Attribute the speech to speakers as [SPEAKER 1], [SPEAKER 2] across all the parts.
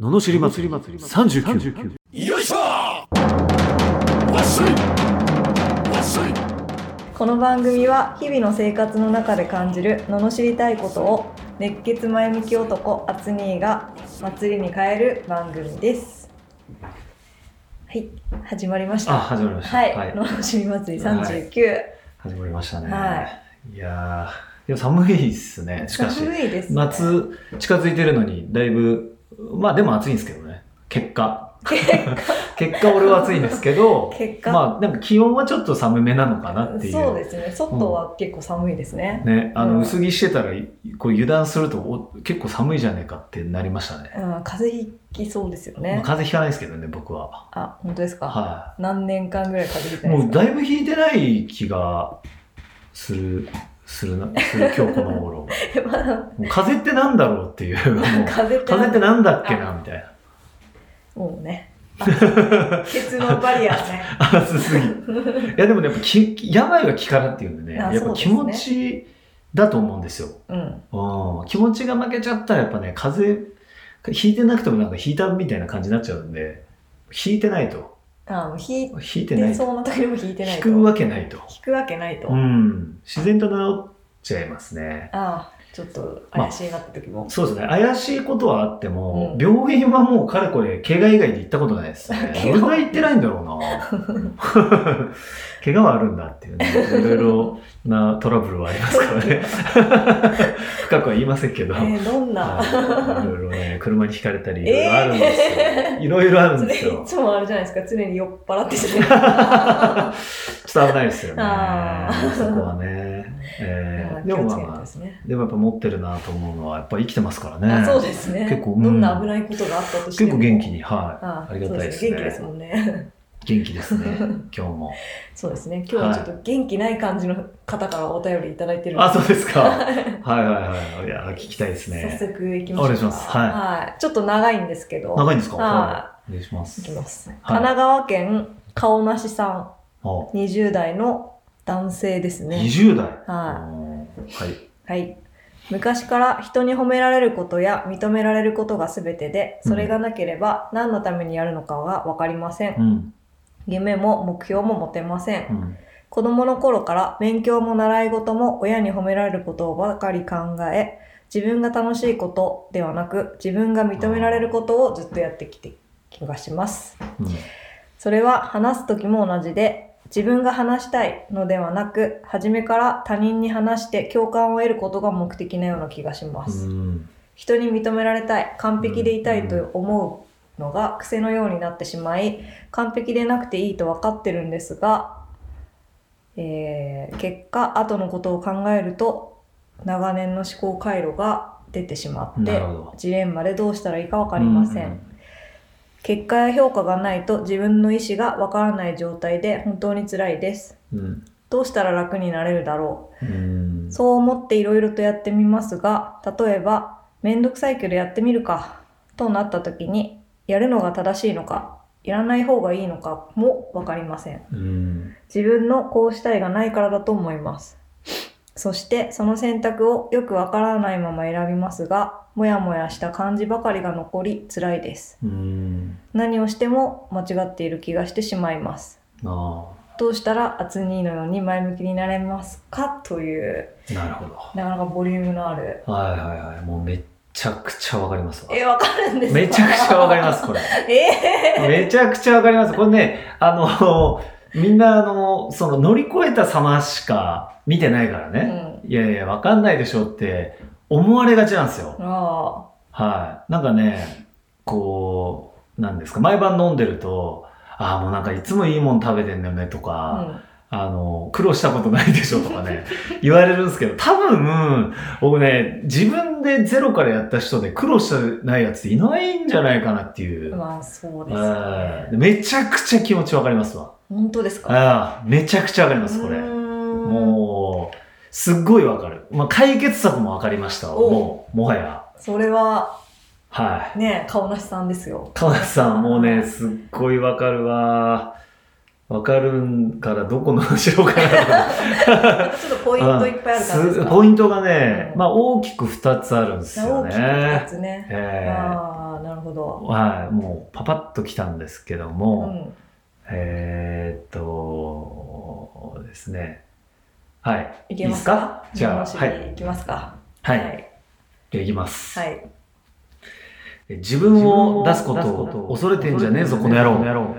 [SPEAKER 1] ののしり祭り39
[SPEAKER 2] よいしょわっしょいわっしょい
[SPEAKER 3] この番組は日々の生活の中で感じる罵りたいことを熱血前向き男アツニーが祭りに変える番組ですはい始まりまし
[SPEAKER 4] あ、
[SPEAKER 3] た
[SPEAKER 4] 始まりました。
[SPEAKER 3] はい、罵り祭り39、
[SPEAKER 4] 始まりましたね。、
[SPEAKER 3] はい
[SPEAKER 4] やー、でも寒いっすね。しかし、
[SPEAKER 3] 寒いです、ね、
[SPEAKER 4] 夏近づいてるのに、だいぶ、まあでも暑いんですけどね。結果。結果俺は暑いんですけど、
[SPEAKER 3] 結果、
[SPEAKER 4] まあなんか気温はちょっと寒めなのかなっていう。
[SPEAKER 3] そうですね外は結構寒いですね、
[SPEAKER 4] ね、あ
[SPEAKER 3] う
[SPEAKER 4] の
[SPEAKER 3] ん
[SPEAKER 4] 薄着してたら、こう油断するとお結構寒いじゃねえかってなりましたね。
[SPEAKER 3] うん、風邪ひきそうですよ
[SPEAKER 4] まあ
[SPEAKER 3] ね
[SPEAKER 4] 風邪ひかないですけどね、僕は。
[SPEAKER 3] あ本当ですか、
[SPEAKER 4] はい。
[SPEAKER 3] 何年間ぐらい風邪ひいてない
[SPEAKER 4] も
[SPEAKER 3] です
[SPEAKER 4] う
[SPEAKER 3] か
[SPEAKER 4] だいぶ引いてない気がする、するな、する今日この頃。も
[SPEAKER 3] まあ
[SPEAKER 4] う風ってなんだろうっていう、もう
[SPEAKER 3] 風邪って
[SPEAKER 4] 風ってなんだっけなみたいな。
[SPEAKER 3] もうね鉄のバリアね
[SPEAKER 4] 暑すぎ。いやでもね、やっぱき病は気からっていうんでね、
[SPEAKER 3] あ
[SPEAKER 4] やっぱ気持ちだと思うんですよ。
[SPEAKER 3] うん
[SPEAKER 4] うん、気持ちが負けちゃったらやっぱね、風邪、引いてなくてもなんか引いたみたいな感じになっちゃうんで、引いてないと。
[SPEAKER 3] あもう引い
[SPEAKER 4] 引いてない
[SPEAKER 3] て
[SPEAKER 4] と。
[SPEAKER 3] そうな時でも引いてない
[SPEAKER 4] 引
[SPEAKER 3] と
[SPEAKER 4] くわけないと。
[SPEAKER 3] 引くわけないと、
[SPEAKER 4] うん。自然と治っちゃいますね。
[SPEAKER 3] ああちょっと怪しいなって時も、
[SPEAKER 4] そうですね。怪しいことはあっても、
[SPEAKER 3] うん。
[SPEAKER 4] 病院はもうかれこれ、怪我以外で行ったことないですね
[SPEAKER 3] 怪我
[SPEAKER 4] どれぐらい行ってないんだろうな。 怪我はあるんだっていうね。いろいろなトラブルはありますから ね。深くは言いませんけど。
[SPEAKER 3] えー、どんな、
[SPEAKER 4] はいいろいろね、車にひかれたり、いろいろあるんですよ。いろいろあるんです
[SPEAKER 3] 常にい
[SPEAKER 4] よ。
[SPEAKER 3] つもあれじゃないですか常に酔っ払って て、
[SPEAKER 4] ちょっと危ないですよね
[SPEAKER 3] あ。ー
[SPEAKER 4] そこはね。えー
[SPEAKER 3] 気
[SPEAKER 4] で
[SPEAKER 3] を
[SPEAKER 4] もまあ
[SPEAKER 3] つけない
[SPEAKER 4] ま
[SPEAKER 3] で
[SPEAKER 4] あ、
[SPEAKER 3] すね、
[SPEAKER 4] でもやっぱ持ってるなと思うのは、やっぱ生きてますからね。
[SPEAKER 3] あそうですね
[SPEAKER 4] 結構うん
[SPEAKER 3] どんな危ないことがあったとして
[SPEAKER 4] 結構
[SPEAKER 3] も
[SPEAKER 4] 元気に、はい。
[SPEAKER 3] あ
[SPEAKER 4] ありがたいですね
[SPEAKER 3] そうですね元気ですもんね
[SPEAKER 4] 元気ですね、今日も。
[SPEAKER 3] そうですね今日はちょっと元気ない感じの方からお便りいただいてるので
[SPEAKER 4] あ、そうですか。はいはいはい。いや、聞きたいですね。
[SPEAKER 3] 早速いきましょうか
[SPEAKER 4] お願いしますはい
[SPEAKER 3] ちょっと長いんですけど
[SPEAKER 4] 長いんですか
[SPEAKER 3] は
[SPEAKER 4] お願いしま
[SPEAKER 3] いい
[SPEAKER 4] す
[SPEAKER 3] き。ます、神奈川県顔なしさ
[SPEAKER 4] あ、
[SPEAKER 3] ん20代の男性ですね
[SPEAKER 4] 20代。はい。
[SPEAKER 3] ははい。昔から人に褒められることや認められることが全てで、それがなければ何のためにやるのかが分かりません。
[SPEAKER 4] うん。
[SPEAKER 3] 夢も目標も持てませ。
[SPEAKER 4] うんん。
[SPEAKER 3] 子供の頃から勉強も習い事も親に褒められることばかり考え、自分が楽しいことではなく、自分が認められることをずっとやってきて気がします。
[SPEAKER 4] うん
[SPEAKER 3] それは話す時も同じで、自分が話したいのではなく、初めから他人に話して共感を得ることが目的なような気がしま
[SPEAKER 4] う
[SPEAKER 3] す。
[SPEAKER 4] ん。
[SPEAKER 3] 人に認められたい、完璧でいたいと思うのが癖のようになってしまい、完璧でなくていいと分かってるんですが、えー結果、後のことを考えると、長年の思考回路が出てしまっ
[SPEAKER 4] な
[SPEAKER 3] て
[SPEAKER 4] るほど、
[SPEAKER 3] ジレンマでどうしたらいいか分かりません
[SPEAKER 4] う
[SPEAKER 3] 結果や評価がないと自分の意思がわからない状態で本当に辛いです。
[SPEAKER 4] うん。
[SPEAKER 3] どうしたら楽になれるだろ
[SPEAKER 4] うん
[SPEAKER 3] う。。そう思っていろいろとやってみますが、例えば、めんどくさいけどやってみるか、となった時に、やるのが正しいのか、やらない方がいいのかもわかりません。
[SPEAKER 4] うん。
[SPEAKER 3] 自分のこうしたいがないからだと思います。そしてその選択をよくわからないまま選びますが、もやもやした感じばかりが残り辛いです。
[SPEAKER 4] うん。
[SPEAKER 3] 何をしても間違っている気がしてしまいます。
[SPEAKER 4] あ
[SPEAKER 3] どうしたら厚にのように前向きになれますかという、
[SPEAKER 4] あ、なるほど。
[SPEAKER 3] なかなかボリュームのある。
[SPEAKER 4] はいはいはい。もうめっちゃくちゃわかりますわ。
[SPEAKER 3] え、わかるんですか。
[SPEAKER 4] めちゃくちゃわかりますす、これ。
[SPEAKER 3] え
[SPEAKER 4] めちゃくちゃわかります。これね、あの、みんな、あの、その乗り越えた様しか見てないから
[SPEAKER 3] ー、う
[SPEAKER 4] ね。
[SPEAKER 3] ん。
[SPEAKER 4] いやいや、わかんないでしょって思われがちなんですよ。
[SPEAKER 3] あ
[SPEAKER 4] はい。なんかね、こう、なんですか、毎晩飲んでると、ああ、もうなんかいつもいいもん食べてんだよねと
[SPEAKER 3] あ、う
[SPEAKER 4] か、
[SPEAKER 3] ん。
[SPEAKER 4] あの、苦労したことないでしょとかね、言われるんですけど、多分、僕ね、自分でゼロからやった人で苦労してないやついないんじゃないかなっていう。
[SPEAKER 3] まあ、そうですよ
[SPEAKER 4] は
[SPEAKER 3] ね。
[SPEAKER 4] いめちゃくちゃ気持ちわかりますわ。
[SPEAKER 3] 本当ですか
[SPEAKER 4] ああ、めちゃくちゃわかります、これ。
[SPEAKER 3] も
[SPEAKER 4] もう、すっごいわかる。まあ、解決策もわかりましたわ
[SPEAKER 3] おう
[SPEAKER 4] もう、もはや。
[SPEAKER 3] うーん。それは、
[SPEAKER 4] はい。
[SPEAKER 3] ね、顔なしさんですよ。
[SPEAKER 4] 川田さん、もうね、すっごいわかるわ。わかるんからどこの話しようかなと
[SPEAKER 3] ちょっと ポイントいっぱいある感じです
[SPEAKER 4] す
[SPEAKER 3] か
[SPEAKER 4] ポイントがね、
[SPEAKER 3] うん
[SPEAKER 4] まあ大きく2つあるんですよ
[SPEAKER 3] 大きく2
[SPEAKER 4] ね。
[SPEAKER 3] つね。
[SPEAKER 4] えー
[SPEAKER 3] ああ、なるほど。
[SPEAKER 4] はい、もうパパッと来たんですけど
[SPEAKER 3] う
[SPEAKER 4] も、
[SPEAKER 3] ん。
[SPEAKER 4] えーっとですね。はい。
[SPEAKER 3] いけますか
[SPEAKER 4] いいですかじゃあ
[SPEAKER 3] 物知
[SPEAKER 4] は
[SPEAKER 3] り
[SPEAKER 4] い
[SPEAKER 3] いきますか。
[SPEAKER 4] はい。
[SPEAKER 3] はい。
[SPEAKER 4] じゃあいきます、
[SPEAKER 3] はい。
[SPEAKER 4] え自分を出すことを恐れてんじゃねえぞ、この野郎。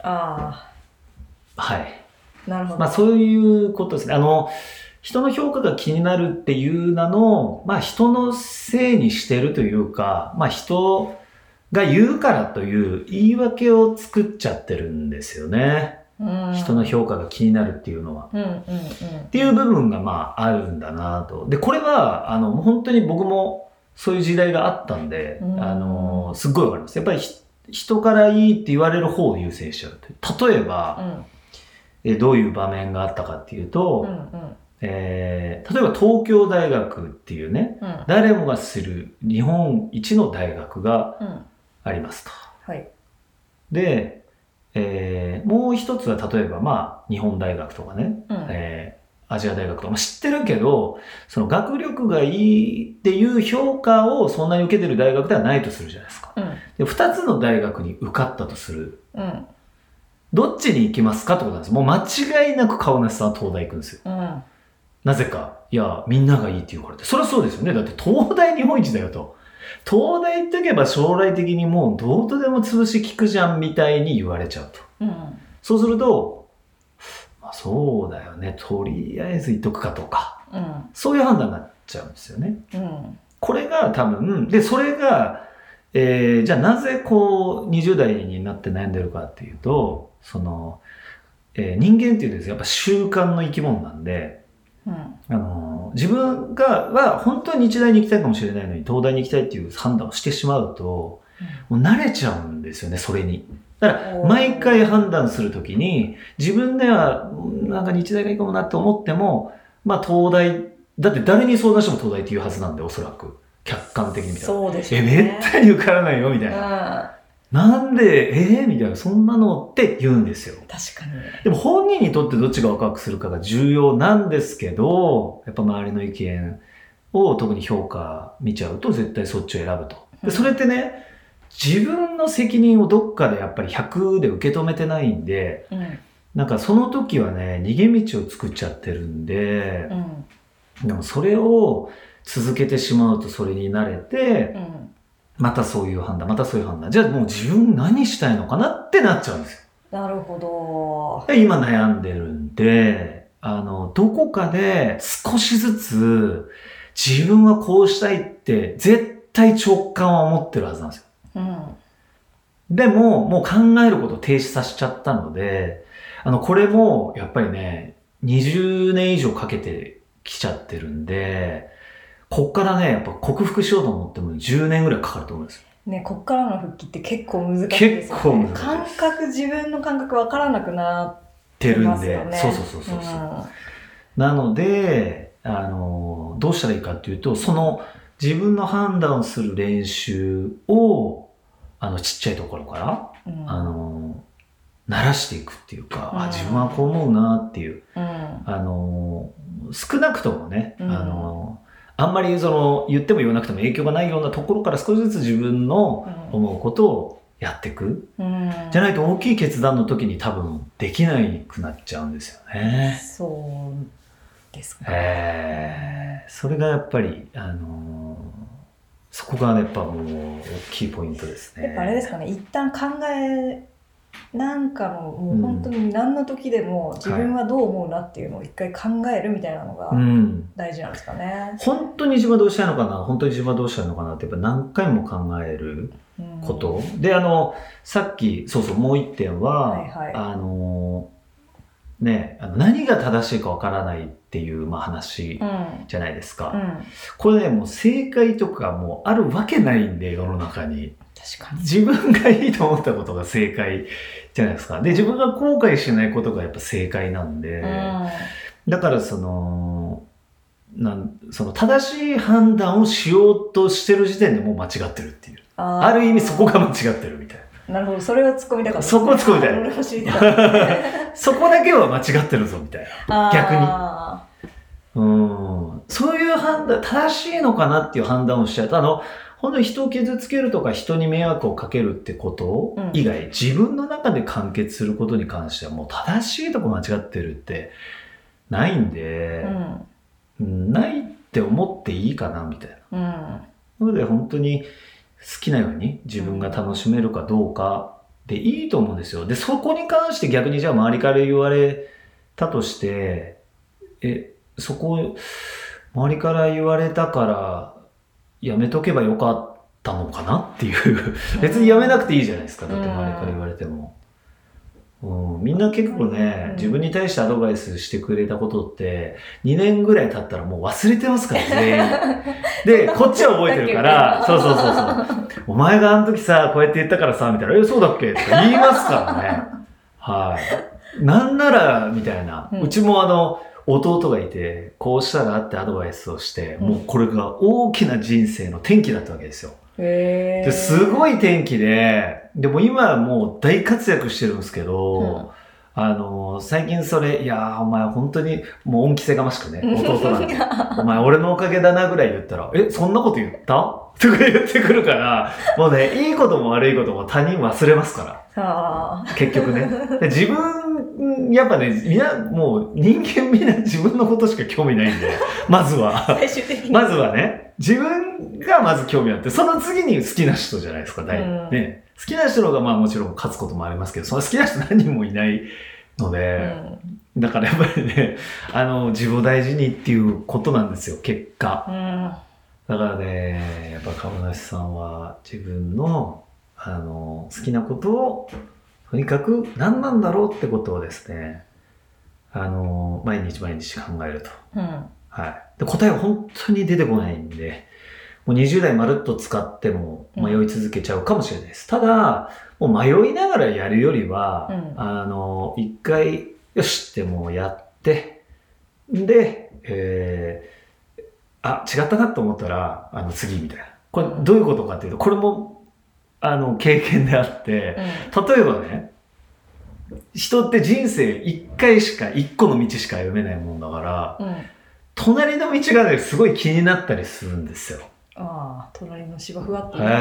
[SPEAKER 3] あ
[SPEAKER 4] はい。
[SPEAKER 3] あ、なるほど。
[SPEAKER 4] まあそういうことですね。あの、人の評価が気になるっていう名の、まあ人のせいにしてるというか、まあ人が言うからという言い訳を作っちゃってるんですよね。
[SPEAKER 3] うん
[SPEAKER 4] 人の評価が気になるっていうのは。
[SPEAKER 3] うんうんうん。
[SPEAKER 4] っていう部分がまああるんだなと。で、これは、あの、もう本当に僕もそういう時代があったんで、
[SPEAKER 3] うん
[SPEAKER 4] あの、すっごいわかります。やっぱりひ人からいいって言われる方を優先しちゃうという。例えば、
[SPEAKER 3] うん
[SPEAKER 4] えどういう場面があったかっていうと、
[SPEAKER 3] うんうん
[SPEAKER 4] えー例えば東京大学っていうね、
[SPEAKER 3] うん
[SPEAKER 4] 誰もが知る日本一の大学が
[SPEAKER 3] うん。
[SPEAKER 4] ありますと。
[SPEAKER 3] はい。
[SPEAKER 4] で、えーもう一つは例えばまあ日本大学とかね、
[SPEAKER 3] うん
[SPEAKER 4] えーアジア大学とか、まあ、知ってるけど、その学力がいいっていう評価をそんなに受けてる大学ではないとするじゃないですか。
[SPEAKER 3] うん
[SPEAKER 4] で、二つの大学に受かったとする。
[SPEAKER 3] うん
[SPEAKER 4] どっちに行きますかってことなんです。もう間違いなく顔なしさんは東大行くんですよ。
[SPEAKER 3] うん。
[SPEAKER 4] なぜか。いや、みんながいいって言うからって。それはそうですよね。だって東大日本一だよと。東大行っとけば将来的にもうどうとでも潰し効くじゃんみたいに言われちゃうと。
[SPEAKER 3] うん
[SPEAKER 4] そうすると、まあ、そうだよね。とりあえず言っとくかとか。
[SPEAKER 3] うん
[SPEAKER 4] そういう判断になっちゃうんですよね。
[SPEAKER 3] うん
[SPEAKER 4] これが多分、で、それが、えーじゃあなぜこう20代になって悩んでるかっていうと、その、えー人間っていうのはやっぱ習慣の生き物なんで、
[SPEAKER 3] うん
[SPEAKER 4] あの自分がは本当は日大に行きたいかもしれないのに東大に行きたいっていう判断をしてしまうともう慣れちゃうんですよねそれにだから
[SPEAKER 3] おー
[SPEAKER 4] 毎回判断するときに自分ではうんなんか日大がいいかもなと思ってもまあ東大だって誰に相談しても東大っていうはずなんでおそらく客観的に見たら
[SPEAKER 3] そうでしょ
[SPEAKER 4] え
[SPEAKER 3] う
[SPEAKER 4] め
[SPEAKER 3] ね
[SPEAKER 4] っ。たに受からないよみたいな、
[SPEAKER 3] う
[SPEAKER 4] なんでえー、みたいなそんなのって言うんですよ
[SPEAKER 3] ん確かに。
[SPEAKER 4] でも本人にとってどっちがワクワクするかが重要なんですけど、やっぱ周りの意見を特に評価見ちゃうと絶対そっちを選ぶと。
[SPEAKER 3] うん
[SPEAKER 4] でそれってね、自分の責任をどっかでやっぱり100で受け止めてないんで、
[SPEAKER 3] うん
[SPEAKER 4] なんかその時はね、逃げ道を作っちゃってるんで
[SPEAKER 3] う、ん
[SPEAKER 4] でもそれを続けてしまうとそれに慣れて、
[SPEAKER 3] うん。
[SPEAKER 4] またそういう判断、またそういう判断。じゃあもう自分何したいのかなってなっちゃうんですよ。
[SPEAKER 3] なるほど。
[SPEAKER 4] で今悩んでるんで、あの、どこかで少しずつ自分はこうしたいって絶対直感は持ってるはずなんですよ。
[SPEAKER 3] うん
[SPEAKER 4] でも、もう考えることを停止させちゃったので、あの、これもやっぱりね、20年以上かけてきちゃってるんで、こっからね、やっぱ克服しようと思っても10年ぐらいかかると思うんですよ。
[SPEAKER 3] ね、こっからの復帰って結構難しいですよ
[SPEAKER 4] 結構難しい
[SPEAKER 3] ね。
[SPEAKER 4] です
[SPEAKER 3] 感覚、自分の感覚わからなくな
[SPEAKER 4] て
[SPEAKER 3] り
[SPEAKER 4] る
[SPEAKER 3] ま
[SPEAKER 4] ん
[SPEAKER 3] す
[SPEAKER 4] で。
[SPEAKER 3] よね。
[SPEAKER 4] そうそうそうそうそう。
[SPEAKER 3] ん
[SPEAKER 4] なので、あの、どうしたらいいかっていうと、その自分の判断をする練習を、あの、ちっちゃいところから、
[SPEAKER 3] うん
[SPEAKER 4] あの、慣らしていくっていうか、
[SPEAKER 3] う
[SPEAKER 4] あ、
[SPEAKER 3] ん
[SPEAKER 4] 自分はこう思うなっていう、
[SPEAKER 3] うん
[SPEAKER 4] あの、少なくともね、
[SPEAKER 3] うん
[SPEAKER 4] あの、あんまりその、言っても言わなくても影響がないようなところから少しずつ自分の思うことをやっていく。
[SPEAKER 3] うん
[SPEAKER 4] じゃないと大きい決断の時に多分できないくなっちゃうんですよね。
[SPEAKER 3] そうですか。
[SPEAKER 4] えーそれがやっぱり、あのーそこがやっぱもう大きいポイントですね。
[SPEAKER 3] やっぱあれですかね、一旦考え、なんかの、もう本当に何の時でも自分はどう思うなっていうのを一回考えるみたいなのが
[SPEAKER 4] うん。
[SPEAKER 3] 大事なんですかね。
[SPEAKER 4] 本当に自分はどうしたいのかな本当に自分はどうしたいのかなってやっぱ何回も考える
[SPEAKER 3] うん
[SPEAKER 4] こと。で、あの、さっき、そうそう、もう一点は、
[SPEAKER 3] はいはい
[SPEAKER 4] あのーね、あの何が正しいかわからないっていう、まあ、話
[SPEAKER 3] うん。
[SPEAKER 4] じゃないですか。
[SPEAKER 3] うん。
[SPEAKER 4] これね、もう正解とかもうあるわけないんで、世の中に。
[SPEAKER 3] 確かに。
[SPEAKER 4] 自分がいいと思ったことが正解じゃないですか。で、自分が後悔しないことがやっぱ正解なんで、だからその、なんその正しい判断をしようとしてる時点でもう間違ってるっていう。
[SPEAKER 3] あ
[SPEAKER 4] ある意味そこが間違ってるみたいな。
[SPEAKER 3] なるほど、それを突っ込みたかったですね。
[SPEAKER 4] そこを突っ込みたい
[SPEAKER 3] 俺も知りたい
[SPEAKER 4] そこだけは間違ってるぞみたいな。 逆に
[SPEAKER 3] あ
[SPEAKER 4] うんそういう判断、正しいのかなっていう判断をしちゃうと、あの、本当に人を傷つけるとか人に迷惑をかけるってこと以外、自分の中で完結することに関してはもう正しいとこ間違ってるってないん
[SPEAKER 3] ー
[SPEAKER 4] で、
[SPEAKER 3] うん。
[SPEAKER 4] うんないって思っていいかなみたいな。
[SPEAKER 3] うん。
[SPEAKER 4] なので本当に好きなように自分が楽しめるかどうかでいいと思うんですよ。で、そこに関して逆にじゃあ周りから言われたとして、え、そこ、周りから言われたから、やめとけばよかったのかなっていう。別にやめなくていいじゃないですか。だって周りから言われても。うん、みんな結構
[SPEAKER 3] うん
[SPEAKER 4] ね、自分に対してアドバイスしてくれたことって、2年ぐらい経ったらもう忘れてますからね。で、こっちは覚えてるから、そうそうそうそう。お前があの時さ、こうやって言ったからさ、みたいな、え、そうだっけとか言いますからね。はい。なんなら、みたいな。
[SPEAKER 3] うん
[SPEAKER 4] うちもあの、弟がいて、こうしたらってアドバイスをして、もうこれが大きな人生の転機だったわけですよ。
[SPEAKER 3] へえ。
[SPEAKER 4] です
[SPEAKER 3] い。
[SPEAKER 4] ごい天気で、でも今はもう大活躍してるんですけど、あの、最近それ、いやー、お前本当に、もう恩着せがましくね、弟なんで、お前俺のおかげだなぐらい言ったら、え、そんなこと言ったとか言ってくるから、もうね、いいことも悪いことも他人忘れますから。
[SPEAKER 3] ああ。
[SPEAKER 4] 結局ね。で自分、やっぱね、みんな、もう人間みんな自分のことしか興味ないんで、まず は。
[SPEAKER 3] 最終的に。
[SPEAKER 4] まずはね、自分がまず興味あって、その次に好きな人じゃないですか、大
[SPEAKER 3] うん
[SPEAKER 4] ね。好きな人の方がまあもちろん勝つこともありますけど、その好きな人何人もいないの
[SPEAKER 3] う
[SPEAKER 4] で、
[SPEAKER 3] ん。
[SPEAKER 4] だからやっぱりね、あの、自分を大事にっていうことなんですよ、結果。
[SPEAKER 3] うん。
[SPEAKER 4] だからね、やっぱ株主さんは自分の、あの、好きなことを、とにかく何なんだろうってことをですね、あの、毎日毎日考えると。
[SPEAKER 3] うん。
[SPEAKER 4] はい。で、答えは本当に出てこないんで、もう20代まるっと使っても迷い続けちゃうかもしれないです。ただ、もう迷いながらやるよりは、
[SPEAKER 3] うん
[SPEAKER 4] あの、一回、よしってもうやって、で、えーあ、違ったなと思ったら、あの、次みたいな。これ、どういうことかっていうと、これも、あの、経験であって、例えばね、人って人生一回しか、一個の道しか読めないもんだから、
[SPEAKER 3] うん。うん。
[SPEAKER 4] 隣の道がね、すごい気になったりするんですよ。
[SPEAKER 3] ああ、隣の芝生わっ
[SPEAKER 4] え
[SPEAKER 3] て
[SPEAKER 4] え
[SPEAKER 3] 言いま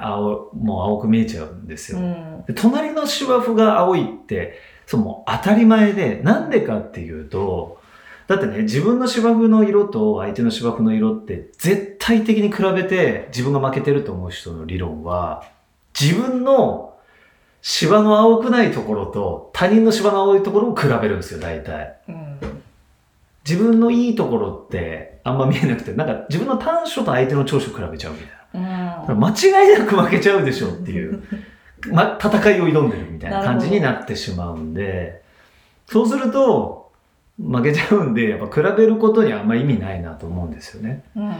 [SPEAKER 3] す
[SPEAKER 4] 青、もう青く見えちゃうんですよ。
[SPEAKER 3] うん。
[SPEAKER 4] で隣の芝生が青いって、そう、もう当たり前で、なんでかっていうと、だってね、自分の芝生の色と相手の芝生の色って、絶対的に比べて自分が負けてると思う人の理論は、自分の芝の青くないところと他人の芝の青いところを比べるんですよ、大体。
[SPEAKER 3] うん。
[SPEAKER 4] 自分のいいところってあんま見えなくて、なんか自分の短所と相手の長所比べちゃうみたいな。
[SPEAKER 3] うん。
[SPEAKER 4] 間違いなく負けちゃうでしょっていう、ま、戦いを挑んでるみたいな感じになってしまうんで、そうすると負けちゃうんで、やっぱ比べることにあんま意味ないなと思うんですよね。
[SPEAKER 3] うん。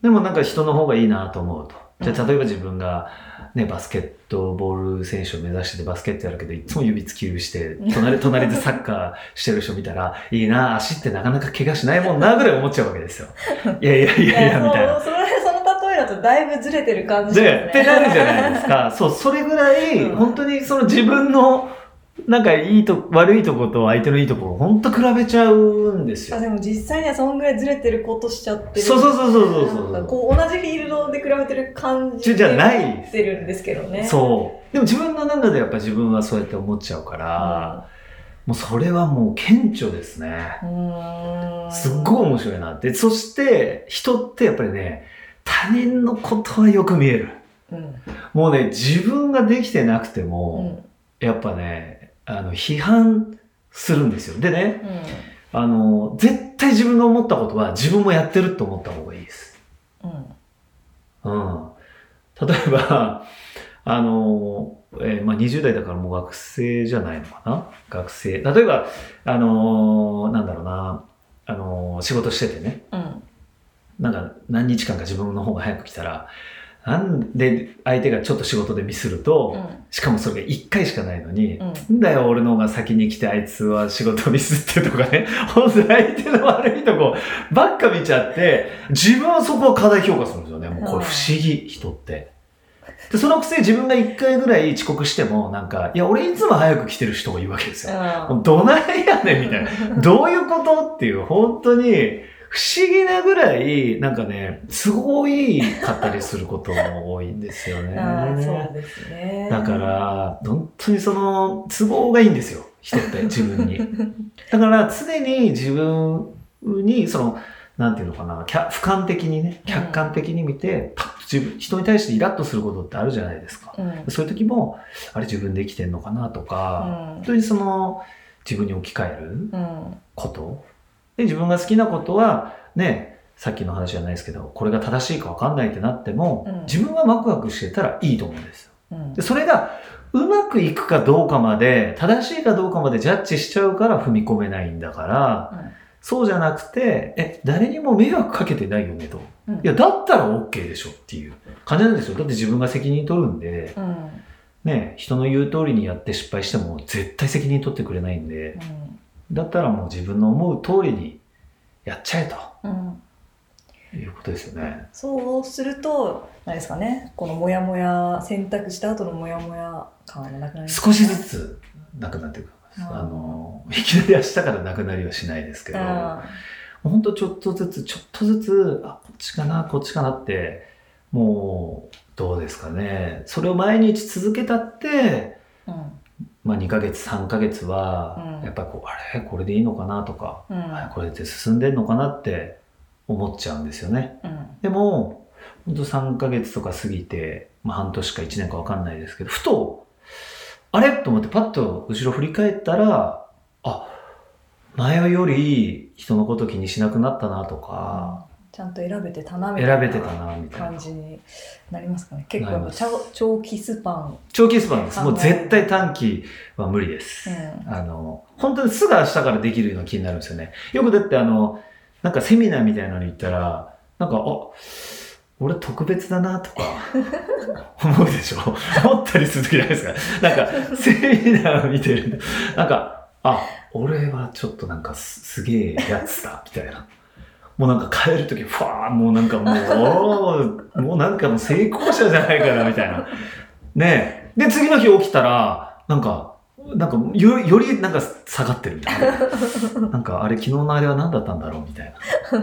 [SPEAKER 4] でもなんか人の方がいいなと思うと。じ
[SPEAKER 3] う
[SPEAKER 4] ゃあ例えば自分がね、バスケットボール選手を目指しててバスケットやるけど、いつも指突き指して、隣、 隣でサッカーしてる人見たら、いいな、足ってなかなか怪我しないもんな、ぐらい思っちゃうわけ ですよ。いやいやい
[SPEAKER 3] い
[SPEAKER 4] やいや、みたいな
[SPEAKER 3] や、。そうそれ、その例えだとだいぶずれてる感じし
[SPEAKER 4] で、
[SPEAKER 3] ま
[SPEAKER 4] っ
[SPEAKER 3] す
[SPEAKER 4] て
[SPEAKER 3] ね。
[SPEAKER 4] なるじゃないです か。そう、それぐらい、
[SPEAKER 3] うん
[SPEAKER 4] 本当にその自分の、なんかいいと、悪いとこと相手のいいところ、本当比べちゃうんですよ
[SPEAKER 3] あ、。でも実際にはそんぐらいずれてることしちゃってる。
[SPEAKER 4] そうそうそうそうそうそう
[SPEAKER 3] なんかこう同じフィールドで比べてる感じ
[SPEAKER 4] じゃ
[SPEAKER 3] で
[SPEAKER 4] じゃない
[SPEAKER 3] 思ってるんですけどね。
[SPEAKER 4] そう。でも自分の中でやっぱ自分はそうやって思っちゃうから、もうそれはもう顕著ですね。
[SPEAKER 3] うーん。
[SPEAKER 4] すっごい面白いなって。そして人ってやっぱりね、他人のことはよく見える。
[SPEAKER 3] うん。
[SPEAKER 4] もうね、自分ができてなくて
[SPEAKER 3] う
[SPEAKER 4] も、
[SPEAKER 3] ん。
[SPEAKER 4] やっぱね、あの、批判するんですよ。でね、あの、絶対自分が思ったことは自分もやってると思った方がいいです。
[SPEAKER 3] うん。
[SPEAKER 4] うん。例えば、あの、えーまあ、20代だからもう学生じゃないのかな学生。例えば、あのーなんだろうな、あのー仕事しててね、
[SPEAKER 3] うん。
[SPEAKER 4] なんか何日間か自分の方が早く来たら、なんで相手がちょっと仕事でミスる
[SPEAKER 3] う
[SPEAKER 4] と、
[SPEAKER 3] ん。
[SPEAKER 4] しかもそれが1回しかないのに、
[SPEAKER 3] うん。
[SPEAKER 4] んだよ、俺の方が先に来て、あいつは仕事ミスってとかね。 ほんと相手の悪いとこばっか見ちゃって、自分はそこを過大評価するんですよね。もうこれ不思議、人って。でそのくせ自分が一回ぐらい遅刻しても、なんか、いや、俺いつも早く来てる人がいるわけですよ。もうどないやねんみたいな。どういうことっていう、本当に、不思議なぐらい、なんかね、すごいかったりすることも多いんですよね。
[SPEAKER 3] ああ、そうですね。
[SPEAKER 4] だか、ら、本当にその、都合がいいんですよ。人 って、自分に。だから、常に自分に、その、なんていうのかな、客俯瞰的にね、客観的に見て、パッと自分、人に対してイラッとすることってあるじゃないですか。
[SPEAKER 3] うん。う
[SPEAKER 4] そういう時も、あれ自分で生きてんのかなとか、
[SPEAKER 3] ん
[SPEAKER 4] 本当にその、自分に置き換える
[SPEAKER 3] うん。
[SPEAKER 4] こと。で、自分が好きなことは、ね、さっきの話じゃないですけど、これが正しいかわかんないってなっても、
[SPEAKER 3] うん
[SPEAKER 4] 自分はワクワクしてたらいいと思うんですよ。
[SPEAKER 3] うん
[SPEAKER 4] で、それがうまくいくかどうかまで、正しいかどうかまでジャッジしちゃうから踏み込めないんだから、
[SPEAKER 3] うん
[SPEAKER 4] そうじゃなくて、え、誰にも迷惑かけてないよねと。いや、だったら OK でしょっていう感じなんですよ。だって自分が責任取るんで、
[SPEAKER 3] うん。うん。
[SPEAKER 4] ね、人の言う通りにやって失敗しても絶対責任取ってくれないんで、だったらもう自分の思う通りにやっちゃえ
[SPEAKER 3] うんうん。
[SPEAKER 4] ということですよね。
[SPEAKER 3] そうすると、何ですかね、このモヤモヤ、選択した後のモヤモヤ感はなくなります
[SPEAKER 4] 少しずつなくなっていく。
[SPEAKER 3] うん
[SPEAKER 4] あの、いきなり明日からなくなりはしないですけど、
[SPEAKER 3] あ
[SPEAKER 4] ほんとちょっとずつ、ちょっとずつ、あ、こっちかな、こっちかなって、もう、どうですかね。それを毎日続けたって、
[SPEAKER 3] あ、
[SPEAKER 4] まあ2ヶ月、3ヶ月は
[SPEAKER 3] う、ん
[SPEAKER 4] やっぱこう、あれこれでいいのかなとか、
[SPEAKER 3] うん、うん、
[SPEAKER 4] あこれって進んでんのかなって思っちゃうんですよね。
[SPEAKER 3] うん、
[SPEAKER 4] でも、ほんと3ヶ月とか過ぎて、まあ半年か1年かわかんないですけど、ふと、あれと思ってパッと後ろ振り返ったら、あ、前より人のこと気にしなくなったなとか、
[SPEAKER 3] ちゃんと選べてたなみたいな
[SPEAKER 4] 選べてたなみたい
[SPEAKER 3] 感
[SPEAKER 4] な
[SPEAKER 3] じになりますかね。結
[SPEAKER 4] な
[SPEAKER 3] 構や
[SPEAKER 4] り
[SPEAKER 3] っ
[SPEAKER 4] ま
[SPEAKER 3] ぱ
[SPEAKER 4] す
[SPEAKER 3] 長長期スパン、
[SPEAKER 4] 長期スパンですもう絶対短期は無理です、
[SPEAKER 3] うん
[SPEAKER 4] あの本当にすぐ明日からできるような気になるんですよねよくだってあのなんかセミナーみたいなのに行ったらなんかあ俺特別だなとか思うでしょ思ったりする時ないですかなんかセミナーを見てるなんかあ俺はちょっとなんかすすげえやつだみたいな もうなんか帰る時ファーもうなんかもうお ーもうなんかもう成功者じゃないかなみたいなねえ。で、次の日起きたら、なんか、なんかよ、よりなんか下がってるみたい な。なんか、あれ、昨日のあれは何だったんだろうみたい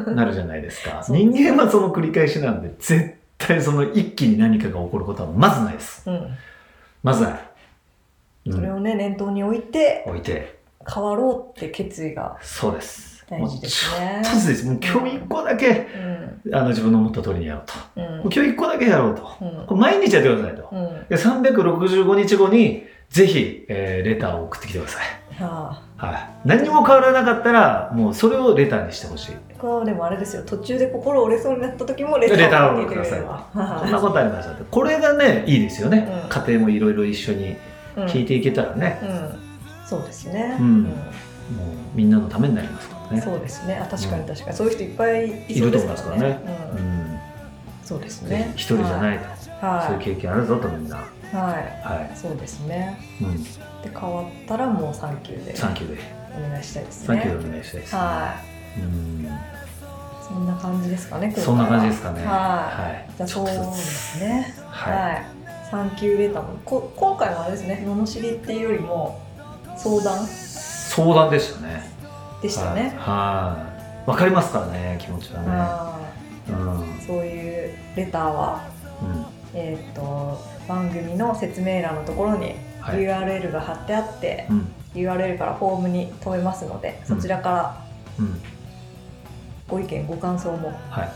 [SPEAKER 4] な、なるじゃないですか。
[SPEAKER 3] そうです
[SPEAKER 4] 人
[SPEAKER 3] ね
[SPEAKER 4] 間はその繰り返しなんで、絶対その一気に何かが起こることはまずないです。
[SPEAKER 3] うん、
[SPEAKER 4] まずない。う
[SPEAKER 3] それ
[SPEAKER 4] ん。
[SPEAKER 3] をね念頭に置いて
[SPEAKER 4] 置いて、
[SPEAKER 3] 変わろうって決意が、
[SPEAKER 4] そうです。
[SPEAKER 3] 大事ですね
[SPEAKER 4] もうちょっとずつです。もう今日一個だけ、
[SPEAKER 3] うん、
[SPEAKER 4] あの、自分の思った通りにやろうと。
[SPEAKER 3] う
[SPEAKER 4] も
[SPEAKER 3] ん
[SPEAKER 4] う、今日一個だけやろうと。
[SPEAKER 3] うん
[SPEAKER 4] これ毎日やってくださいと。
[SPEAKER 3] うん、
[SPEAKER 4] で、365日後に、ぜひ、えーレターを送ってきてください。
[SPEAKER 3] あ
[SPEAKER 4] はい。何にも変わらなかったら、もうそれをレターにしてほしい。
[SPEAKER 3] あ、これはでもあれですよ。途中で心折れそうになった時もレタ
[SPEAKER 4] レター
[SPEAKER 3] ーを
[SPEAKER 4] を
[SPEAKER 3] かけ
[SPEAKER 4] くだ
[SPEAKER 3] てみ
[SPEAKER 4] さい
[SPEAKER 3] れ
[SPEAKER 4] と
[SPEAKER 3] ば。
[SPEAKER 4] こ
[SPEAKER 3] は
[SPEAKER 4] んなことありましたって。これがね、いいですよね。
[SPEAKER 3] うん
[SPEAKER 4] 家庭もいろいろ一緒に
[SPEAKER 3] いうん
[SPEAKER 4] 聞いていけたらね、
[SPEAKER 3] うん、そうですね。
[SPEAKER 4] うん
[SPEAKER 3] うん
[SPEAKER 4] もうみんなのためになりますからね。
[SPEAKER 3] そうですね。あ確かに確かに、そういう人いっぱいいそうですから
[SPEAKER 4] いる
[SPEAKER 3] ね
[SPEAKER 4] と。
[SPEAKER 3] うん
[SPEAKER 4] うん。
[SPEAKER 3] そうです
[SPEAKER 4] ぜ
[SPEAKER 3] ね。
[SPEAKER 4] ひ一人じゃないと、そういう
[SPEAKER 3] は
[SPEAKER 4] 経験あるぞとみんな。
[SPEAKER 3] い。は。
[SPEAKER 4] はい
[SPEAKER 3] そうですね。
[SPEAKER 4] い。うん。
[SPEAKER 3] で変わったらもうサンキューで
[SPEAKER 4] サンキューで。
[SPEAKER 3] お願いしたいです
[SPEAKER 4] サンキュ
[SPEAKER 3] ね。
[SPEAKER 4] ーでお願いしたいです。
[SPEAKER 3] は
[SPEAKER 4] うん。
[SPEAKER 3] い。そんな感じですかね。今回は
[SPEAKER 4] そんな感じですかね。
[SPEAKER 3] は。
[SPEAKER 4] はい
[SPEAKER 3] じ
[SPEAKER 4] い。
[SPEAKER 3] ゃあ
[SPEAKER 4] ち
[SPEAKER 3] そ
[SPEAKER 4] ょ
[SPEAKER 3] う
[SPEAKER 4] っ
[SPEAKER 3] で
[SPEAKER 4] とずつ。
[SPEAKER 3] すね。
[SPEAKER 4] はい。
[SPEAKER 3] はい。サンキューレターもこ今回はあれですね。罵りっていうよりも相談
[SPEAKER 4] 相談でしたね。
[SPEAKER 3] でしたね。
[SPEAKER 4] はいはい。わかりますからね、気持ちは
[SPEAKER 3] あ
[SPEAKER 4] ね。うん。うん
[SPEAKER 3] ーそういうレターはえー、と番組の説明欄のところに
[SPEAKER 4] はい
[SPEAKER 3] URL が貼ってあって、
[SPEAKER 4] うん。
[SPEAKER 3] URL からフォームに飛べますのでそちらから
[SPEAKER 4] うん。
[SPEAKER 3] ご意見ご感想も
[SPEAKER 4] はい。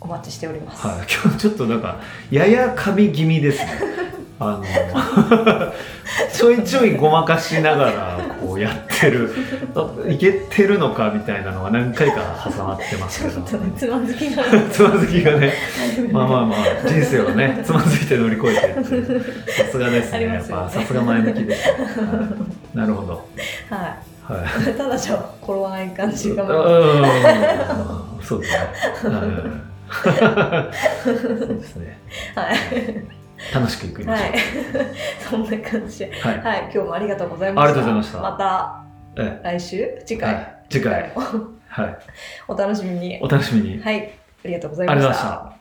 [SPEAKER 3] お待ちしております、
[SPEAKER 4] はい、 今日ちょっとなんかやや噛み気味ですね あの ちょいちょいごまかしながらこうやって るあいけてるのかみたいなのが何回か挟まってます
[SPEAKER 3] ち
[SPEAKER 4] け
[SPEAKER 3] ょ
[SPEAKER 4] ど
[SPEAKER 3] っとねつまずきが
[SPEAKER 4] つまずき がねまあまあまあ人生はねつまずいて乗り越えてっていうさすがです
[SPEAKER 3] あ
[SPEAKER 4] ね
[SPEAKER 3] りま
[SPEAKER 4] やっ
[SPEAKER 3] すよね
[SPEAKER 4] ぱさすが前向きです、はいなるほど
[SPEAKER 3] は
[SPEAKER 4] はい
[SPEAKER 3] い、ただじゃあ転ばない感じがまだ
[SPEAKER 4] うんそうですねうんそうですね
[SPEAKER 3] はい、
[SPEAKER 4] 楽しくいくま
[SPEAKER 3] は
[SPEAKER 4] しょう
[SPEAKER 3] い、 そんな感じで、
[SPEAKER 4] はい
[SPEAKER 3] はい、今日もありがとうございました
[SPEAKER 4] ありがとうございました
[SPEAKER 3] ま
[SPEAKER 4] え
[SPEAKER 3] た来週次
[SPEAKER 4] え
[SPEAKER 3] 回、
[SPEAKER 4] はい次回、はい、
[SPEAKER 3] お楽しみに
[SPEAKER 4] お楽しみに。あり
[SPEAKER 3] はいありがとうございう
[SPEAKER 4] ご
[SPEAKER 3] ま
[SPEAKER 4] ざい
[SPEAKER 3] し
[SPEAKER 4] ましたた。